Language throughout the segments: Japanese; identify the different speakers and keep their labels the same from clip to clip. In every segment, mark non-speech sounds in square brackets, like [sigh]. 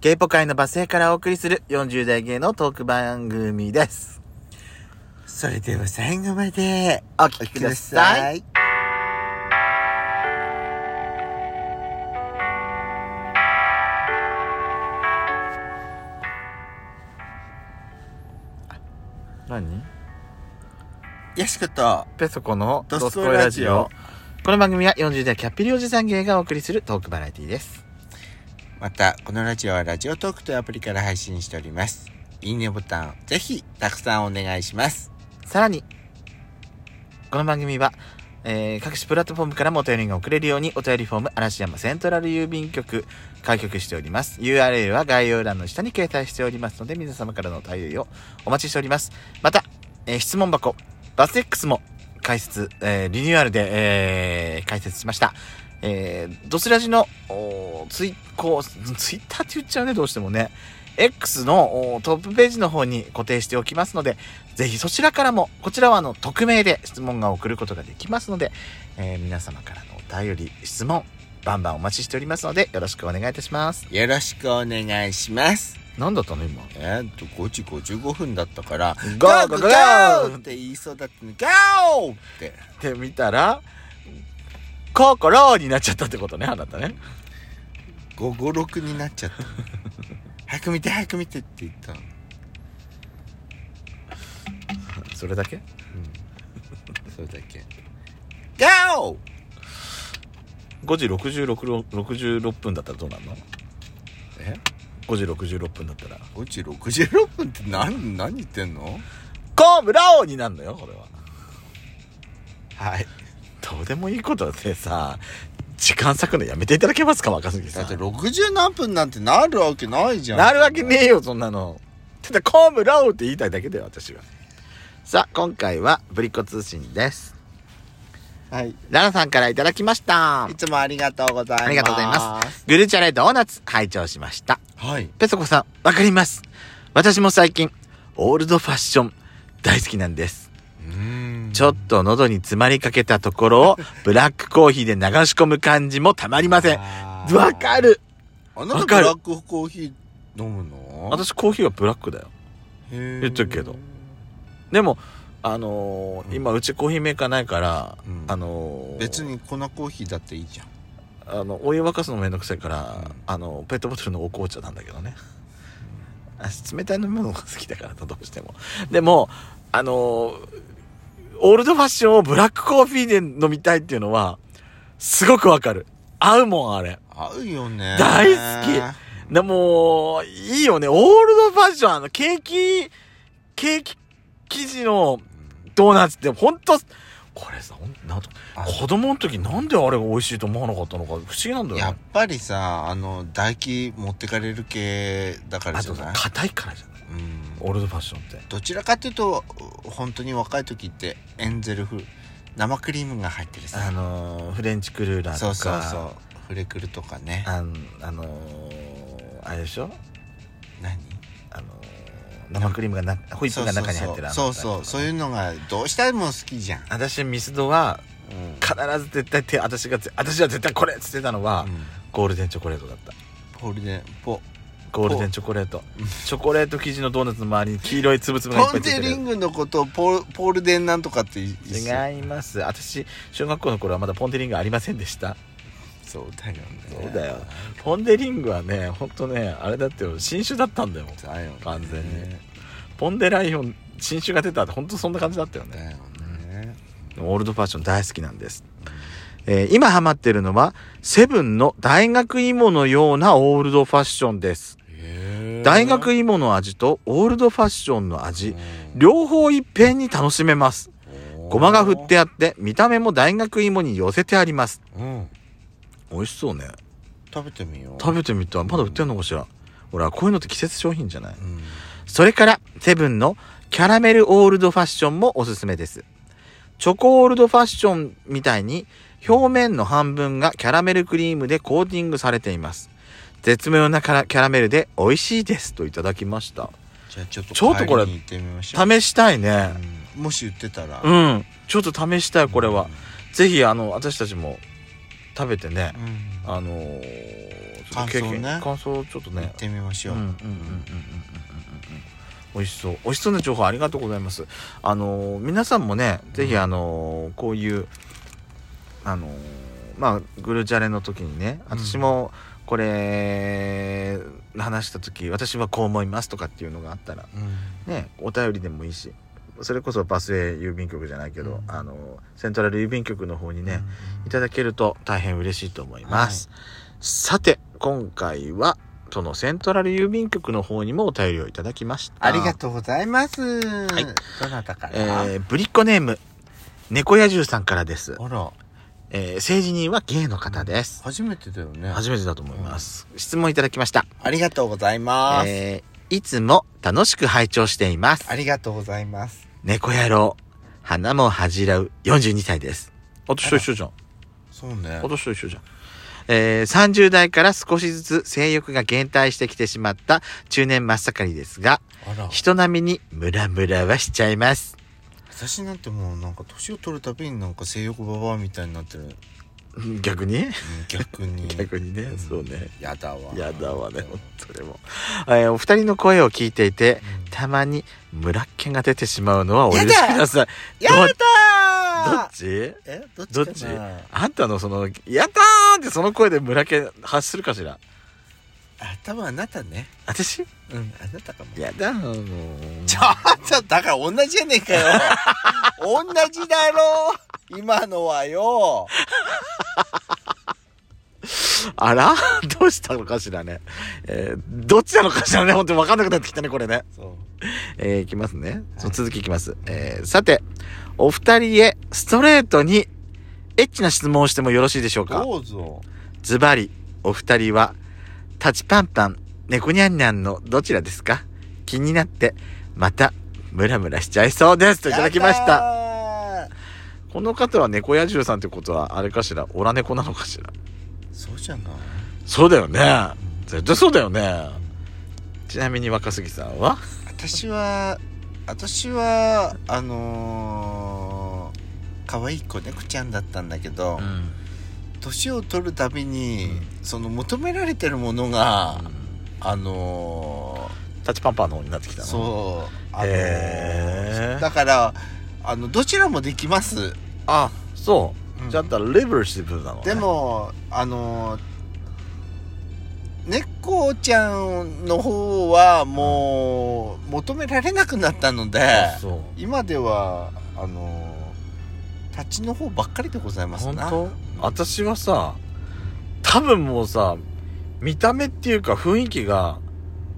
Speaker 1: ゲイポ界の罵声からお送りする40代芸のトーク番組です。それでは最後までお聞きください。
Speaker 2: 何
Speaker 1: よしこと、
Speaker 2: ペソコの
Speaker 1: ド
Speaker 2: ド
Speaker 1: ス
Speaker 2: ス
Speaker 1: コ
Speaker 2: コ
Speaker 1: イ
Speaker 2: イ
Speaker 1: ラ
Speaker 2: ラ
Speaker 1: ジ
Speaker 2: ジ
Speaker 1: オ
Speaker 2: オ。
Speaker 1: この番組は40代キャッピリおじさん芸がお送りするトークバラエティです。
Speaker 2: またこのラジオはラジオトークというアプリから配信しておりますいいねボタンぜひたくさんお願いします
Speaker 1: さらに、この番組は、えー各種プラットフォームからもお便りが送れるように、お便りフォーム、嵐山セントラル郵便局、開局しております。URL は概要欄の下に掲載しておりますので、皆様からのお便りをお待ちしております。また、えー質問箱、バス X も開設、えーリニューアルで、えー開設しました。えードスラジの、おーツイ、こう、ツイッターって言っちゃうね、どうしてもね。X のおートップページの方に固定しておきますので、ぜひそちらからも、こちらはあの、匿名で質問が送ることができますので、えー皆様からのお便り、質問、バンバンお待ちしておりますので、よろしくお願いいたします。
Speaker 2: よろしくお願いします
Speaker 1: 何だったの今。
Speaker 2: えーっと5時55分だったから
Speaker 1: ゴーゴーゴー
Speaker 2: って言いそうだったのにゴーって
Speaker 1: って見たら、心になっちゃったってことね、あなたね。
Speaker 2: 556になっちゃった [laughs] 早く見て早く見てって言ったの
Speaker 1: それだけ
Speaker 2: それだけゴー
Speaker 1: ?5 時66、66分だったらどうなんの
Speaker 2: え
Speaker 1: ?5 時66分だったら。
Speaker 2: 5時66分って何何言ってんの
Speaker 1: コムローになるのよ、これは。
Speaker 2: はい
Speaker 1: どうでもいいことでさ、時間割くのやめていただけますか、若杉さ
Speaker 2: だ
Speaker 1: ん。
Speaker 2: って60何分なんてなるわけないじゃん
Speaker 1: なるわけねえよ、そんなの。ただ、コムローって言いたいだけだよ、私は。さあ、今回は、ぶりっ子通信です。
Speaker 2: はい
Speaker 1: ラナさんからいただきました
Speaker 2: い。つもありがとうございます
Speaker 1: ありがとうございます。グルチャレドーナツ、拝聴しました。
Speaker 2: はい
Speaker 1: ペソコさん、わかります。私も最近、オールドファッション、大好きなんです。ちょっと喉に詰まりかけたところ
Speaker 2: [laughs]
Speaker 1: を、ブラックコーヒーで流し込む感じもたまりません。
Speaker 2: ん
Speaker 1: わかる
Speaker 2: あなた
Speaker 1: わ
Speaker 2: ブ
Speaker 1: かる
Speaker 2: ラックコーヒー飲むの
Speaker 1: 私コーヒーはブラックだよ。言
Speaker 2: 言
Speaker 1: っとくけどでも、あのー
Speaker 2: うん
Speaker 1: 今うちコーヒーメーカーないから、
Speaker 2: うん
Speaker 1: あのー
Speaker 2: 別に粉コーヒーだっていいじゃん
Speaker 1: あのお湯沸かすのめんどくさいから、
Speaker 2: うん
Speaker 1: あのペットボトルのお紅茶なんだけどねあ冷たい飲み物が好きだからどうしてもでもあのーオールドファッションをブラックコーヒーで飲みたいっていうのはすごくわかる合うもんあれ
Speaker 2: 合うよね
Speaker 1: 大好でもいいよねオールドファッションあのケーキケーキ生地の
Speaker 2: うん
Speaker 1: ドーナツってほんとこれさほんなんと
Speaker 2: あ
Speaker 1: 子供の時なんであれが美味しいと思わなかったのか不思議なんだよ
Speaker 2: や
Speaker 1: ね
Speaker 2: っぱりさあの唾液持ってかれる系だから
Speaker 1: あ
Speaker 2: じゃ
Speaker 1: とさ
Speaker 2: ない
Speaker 1: 硬いからじゃない
Speaker 2: うん
Speaker 1: オールドファッションって
Speaker 2: どちらかというと本当に若い時ってエンゼルフ生クリームが入ってる
Speaker 1: あ
Speaker 2: さ
Speaker 1: のーフレンチクルーラーと
Speaker 2: そ
Speaker 1: か
Speaker 2: うそうそうフレクルとかね
Speaker 1: あんあのーあれでしょ
Speaker 2: 何
Speaker 1: あのー生クリームがなホイップが中に入ってる
Speaker 2: そうそうそうそういううのがどうしても好きじゃん、
Speaker 1: 私ミスドは必ず絶対手私がぜ私は絶対これっつってたのは、
Speaker 2: うん
Speaker 1: ゴールデンチョコレートだった
Speaker 2: ポルデンポ
Speaker 1: ゴールデンチョコレートチョコレート生地のドーナツの周りに黄色い粒々がいっぱ
Speaker 2: ポ
Speaker 1: い
Speaker 2: ン
Speaker 1: ついて
Speaker 2: デ
Speaker 1: る
Speaker 2: リングのことをポポールデンなんとかって言いそう
Speaker 1: 違います私小学校の頃はまだポン・デ・リングありませんでした
Speaker 2: そうだよね
Speaker 1: そうだよポン・デ・リングはねほんとねあれだってよ新種だったんだよ
Speaker 2: だよね
Speaker 1: 完全にポン・デ・ライオン新種が出たってほんとそんな感じだったよね
Speaker 2: だよね
Speaker 1: オールドファッション大好きなんです、えー今ハマってるのはセブンの大学芋のようなオールドファッションです
Speaker 2: へー
Speaker 1: 大学芋の味とオールドファッションの味
Speaker 2: うん
Speaker 1: 両方いっぺんに楽しめますごまが振ってあって見た目も大学芋に寄せてあります
Speaker 2: うん
Speaker 1: 美味しそうね
Speaker 2: 食べてみよう
Speaker 1: 食べてみたいまだ売ってんのかしらほらこういうのって季節商品じゃない
Speaker 2: うん
Speaker 1: それからセブンのキャラメルオールドファッションもおすすめですチョコオールドファッションみたいに表面の半分がキャラメルクリームでコーティングされています絶妙なからキャラメルで美味しいですといただきました
Speaker 2: じゃあちょっと
Speaker 1: ちょっとこれ
Speaker 2: 帰りに行ってみましょう
Speaker 1: 試したいね
Speaker 2: うんもし売ってたら
Speaker 1: うんちょっと試したいこれはぜひあの私たちも食べてね
Speaker 2: うん
Speaker 1: あのーちょっと経験
Speaker 2: 感想ね
Speaker 1: 感想をちょっと
Speaker 2: 行
Speaker 1: ね
Speaker 2: ってみましょう、
Speaker 1: うんうんうんうんうんうんうん美味しそう美味しそうな情報ありがとうございますあのー皆さんもねぜひあのーこういうあのーまあグルジャレの時にね
Speaker 2: うん
Speaker 1: 私もこれ話した時私はこう思いますとかっていうのがあったらねお便りでもいいしそれこそバスへ郵便局じゃないけど、
Speaker 2: うん
Speaker 1: あのーセントラル郵便局の方に
Speaker 2: うん
Speaker 1: ね、いただけると大変嬉しいと思います。さて、今回は、そのセントラル郵便局の方にもお便りをいただきました。
Speaker 2: ありがとうございます、
Speaker 1: い
Speaker 2: どなたかな、
Speaker 1: えー、ぶりっ子ネーム、猫野獣さんからです。
Speaker 2: あら
Speaker 1: えー、政治人はゲイの方です。
Speaker 2: 初めてだよね
Speaker 1: 初めてだと思います。質問いただきました。
Speaker 2: ありがとうございます、
Speaker 1: えー、いつも楽しく拝聴しています。
Speaker 2: ありがとうございます
Speaker 1: 猫野郎、花も恥じらう42歳です。私と一緒じゃん。
Speaker 2: そうね
Speaker 1: 今年と一緒じゃん。えー30代から少しずつ性欲が減退してきてしまった中年真っ盛りですが、
Speaker 2: あら
Speaker 1: 人並みにムラムラはしちゃいます。
Speaker 2: 私なんてもうなんか年を取るたびになんか性欲ババアみたいになってる
Speaker 1: 逆に
Speaker 2: うん [laughs] 逆に
Speaker 1: 逆にね
Speaker 2: ん、
Speaker 1: そうね。
Speaker 2: やだわ
Speaker 1: やだわね、本当でも。えーお二人の声を聞いていて、たまに村っ気が出てしまうのはお許しください。
Speaker 2: やだ
Speaker 1: どっ
Speaker 2: ー
Speaker 1: ち
Speaker 2: えどっち
Speaker 1: どっちあんたのその、やったーってその声で村っ気発するかしら
Speaker 2: あ多分あなたね
Speaker 1: 私
Speaker 2: うんあなたかも
Speaker 1: やだーもう。
Speaker 2: ちょっとだから同じやねえかよ同じだろ今のはよ
Speaker 1: あら [laughs] どうしたのかしらね。えーどっちなのかしらね。本当に分かんなくなってきたね、これね。
Speaker 2: そう
Speaker 1: えーいきますね。その続きいきます。えーさて、お二人へストレートにエッチな質問をしてもよろしいでしょうか
Speaker 2: どうぞ
Speaker 1: ズバリ、お二人は、タチパンパン、ネコニャンニャンのどちらですか気になって、また、ムラムラしちゃいそうです。といただきました。
Speaker 2: た
Speaker 1: この方は猫野獣さんってことは、あれかしらオラ猫なのかしら
Speaker 2: そうじゃない
Speaker 1: そうだよね。絶対そうだよね。ちなみに若杉さんは
Speaker 2: 私は私はあのー可愛い子猫ちゃんだったんだけど、
Speaker 1: ん。
Speaker 2: 年を取るたびに、
Speaker 1: う
Speaker 2: その求められてるものが、
Speaker 1: タ
Speaker 2: あの
Speaker 1: ッチパンパンの方になってきた
Speaker 2: ー
Speaker 1: の
Speaker 2: そうあのー
Speaker 1: へー
Speaker 2: だからあのどちらもできます、
Speaker 1: あ、そう。
Speaker 2: うん
Speaker 1: じゃあったらレブルシブなの、ね。
Speaker 2: で、もあのー猫ちゃんの方はもう求められなくなったので
Speaker 1: あそう。
Speaker 2: 今ではあのー立ちの方ばっかりでございます
Speaker 1: 本
Speaker 2: な
Speaker 1: 当私はさ、多分もうさ、見た目っていうか雰囲気が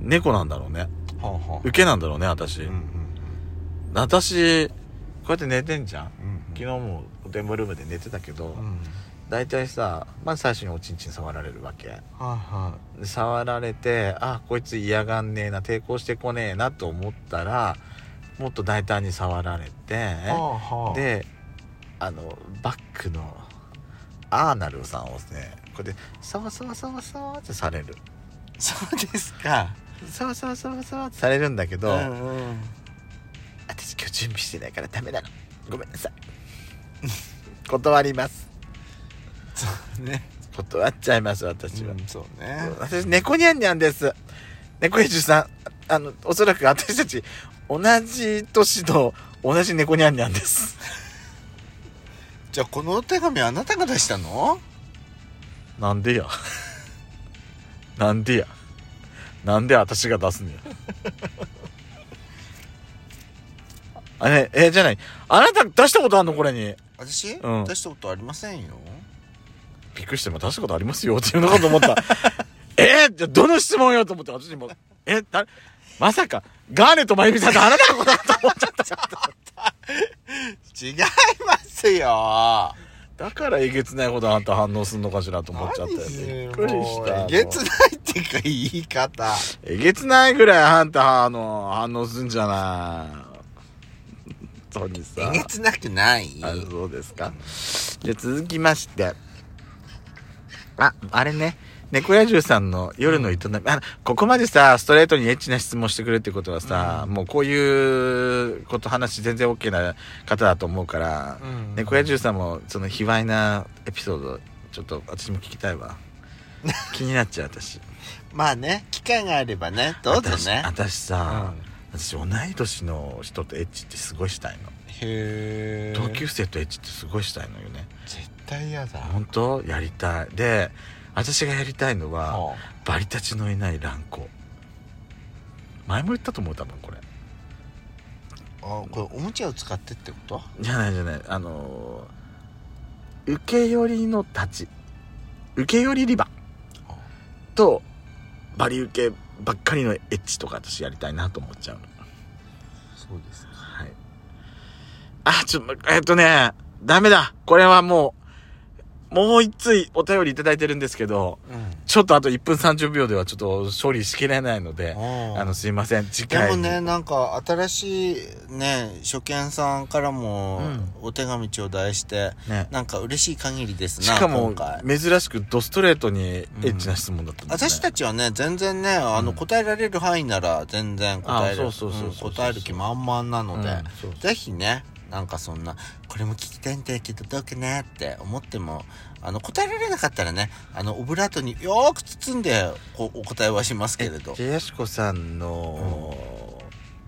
Speaker 1: 猫なんだろうね。
Speaker 2: はあは
Speaker 1: 受けなんだろうね、私。
Speaker 2: あうんうん
Speaker 1: 私、こうやって寝てんじゃん。
Speaker 2: うん
Speaker 1: 昨日も電話ルームで寝てたけど
Speaker 2: う、ん
Speaker 1: 大体さ、まず最初におちんちん触られるわけ。
Speaker 2: はいは
Speaker 1: で触られてあこいつ嫌がんねえな抵抗してこねえなと思ったらもっと大胆に触られて
Speaker 2: いはあはあ
Speaker 1: であのバックのアーナルさんをねこれでサワサワサワサワってされる
Speaker 2: そうですか。
Speaker 1: サワサワサワサワってされるんだけど、
Speaker 2: んうん、
Speaker 1: 私今日準備してないからダメなのごめんなさい断ります
Speaker 2: そうね。
Speaker 1: 断っちゃいます私は、
Speaker 2: うん、そうね。
Speaker 1: 私猫ニャンニャンです猫やじゅさんあのおそらく私たち同じ年の同じ猫ニャンニャンです
Speaker 2: じゃあこのお手紙あなたが出したの？
Speaker 1: なんでや [laughs] なんでやなんで私が出すんやあれえじゃないあなた出したことあんのこれに
Speaker 2: 私、
Speaker 1: うん
Speaker 2: 出したことありませんよ。
Speaker 1: びっくりしても出したことありますよっていうのかと思った [laughs] えじゃあどの質問よと思って私もえだまさかガーネット真由美さんってあなたのことだと思っちゃった
Speaker 2: 違いますよ。
Speaker 1: だからえげつないほどあんた反応すんのかしらと思っちゃったよ
Speaker 2: 何す
Speaker 1: びっくりした
Speaker 2: もうえげつないっていうか言
Speaker 1: [laughs]
Speaker 2: い方。
Speaker 1: えげつないぐらいあんたあの反応すんじゃないそうにさ
Speaker 2: えげつなくない。
Speaker 1: あそうですかじゃあ続きましてああれね猫野獣さんの夜の営み、あのここまでさストレートにエッチな質問してくるってことはさ、もうこういうこと話全然 OK な方だと思うから、
Speaker 2: うん [laughs]
Speaker 1: 猫野獣さんもその卑猥なエピソードちょっと私も聞きたいわ気になっちゃう私
Speaker 2: まあね機会があればねどうぞね
Speaker 1: 私私
Speaker 2: う
Speaker 1: さ、
Speaker 2: ん
Speaker 1: 私同い年の人とエッチってすごいしたいの、
Speaker 2: へえ
Speaker 1: 同級生とエッチってすごいしたいのよね
Speaker 2: 絶対嫌だ
Speaker 1: 本当やりたいで私がやりたいのはバリたちのいない乱行前も言ったと思う多分これ
Speaker 2: ああこれおもちゃを使ってってこと
Speaker 1: じゃないじゃないあのー受け寄りのたち受け寄りリバ
Speaker 2: あ
Speaker 1: とバリ受けばっかりのエッチとか私やりたいなと思っちゃうの
Speaker 2: そうですか
Speaker 1: はいあちょっとえっとねダメだこれはもうもう一つお便りいただいてるんですけど
Speaker 2: うん
Speaker 1: ちょっとあと1分30秒ではちょっと処理しきれないので
Speaker 2: あ
Speaker 1: あのすいません次
Speaker 2: で
Speaker 1: 回
Speaker 2: も
Speaker 1: に
Speaker 2: ねなんか新しいね初見さんからも
Speaker 1: うん
Speaker 2: お手紙頂戴して、
Speaker 1: ね
Speaker 2: なんか嬉しい限りです
Speaker 1: し
Speaker 2: な
Speaker 1: かも
Speaker 2: 今回
Speaker 1: 珍しくドストレートにエッチな質問だったんですね
Speaker 2: 私たちはね全然ねあの、
Speaker 1: うん
Speaker 2: 答えられる範囲なら全然答える
Speaker 1: あそうそうそうそうそう
Speaker 2: うん答える気満々なので、
Speaker 1: うんそう
Speaker 2: ぜひねなんかそんなこれも聞きたいんだけどどうかなって思ってもあの答えられなかったらねあのオブラートによーく包んでこうお答えはしますけれど
Speaker 1: じゃあやしこさんの、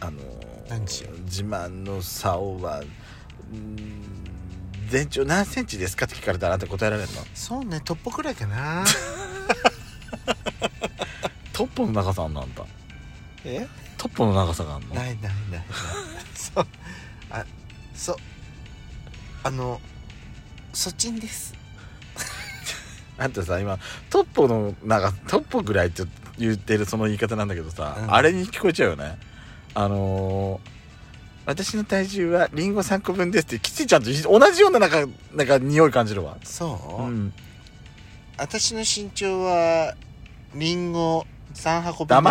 Speaker 1: あの
Speaker 2: 何しよ
Speaker 1: 自慢の竿はうん全長何センチですかって聞かれたらあんた答えられるの
Speaker 2: そうねトップくらいかな
Speaker 1: トッポの長さなんだあんた
Speaker 2: [laughs] え
Speaker 1: トッポの長さがあんの
Speaker 2: ないない [laughs] ないないそうあそあのそっちんです
Speaker 1: あんたさ今トッポの長トッポぐらいって言ってるその言い方なんだけどさ、
Speaker 2: うん
Speaker 1: あれに聞こえちゃうよねあのー私の体重はリンゴ3個分ですってキチちゃんと同じようななんかなんか匂い感じるわ
Speaker 2: そう、
Speaker 1: うん
Speaker 2: 私の身長はリンゴ3箱分
Speaker 1: 黙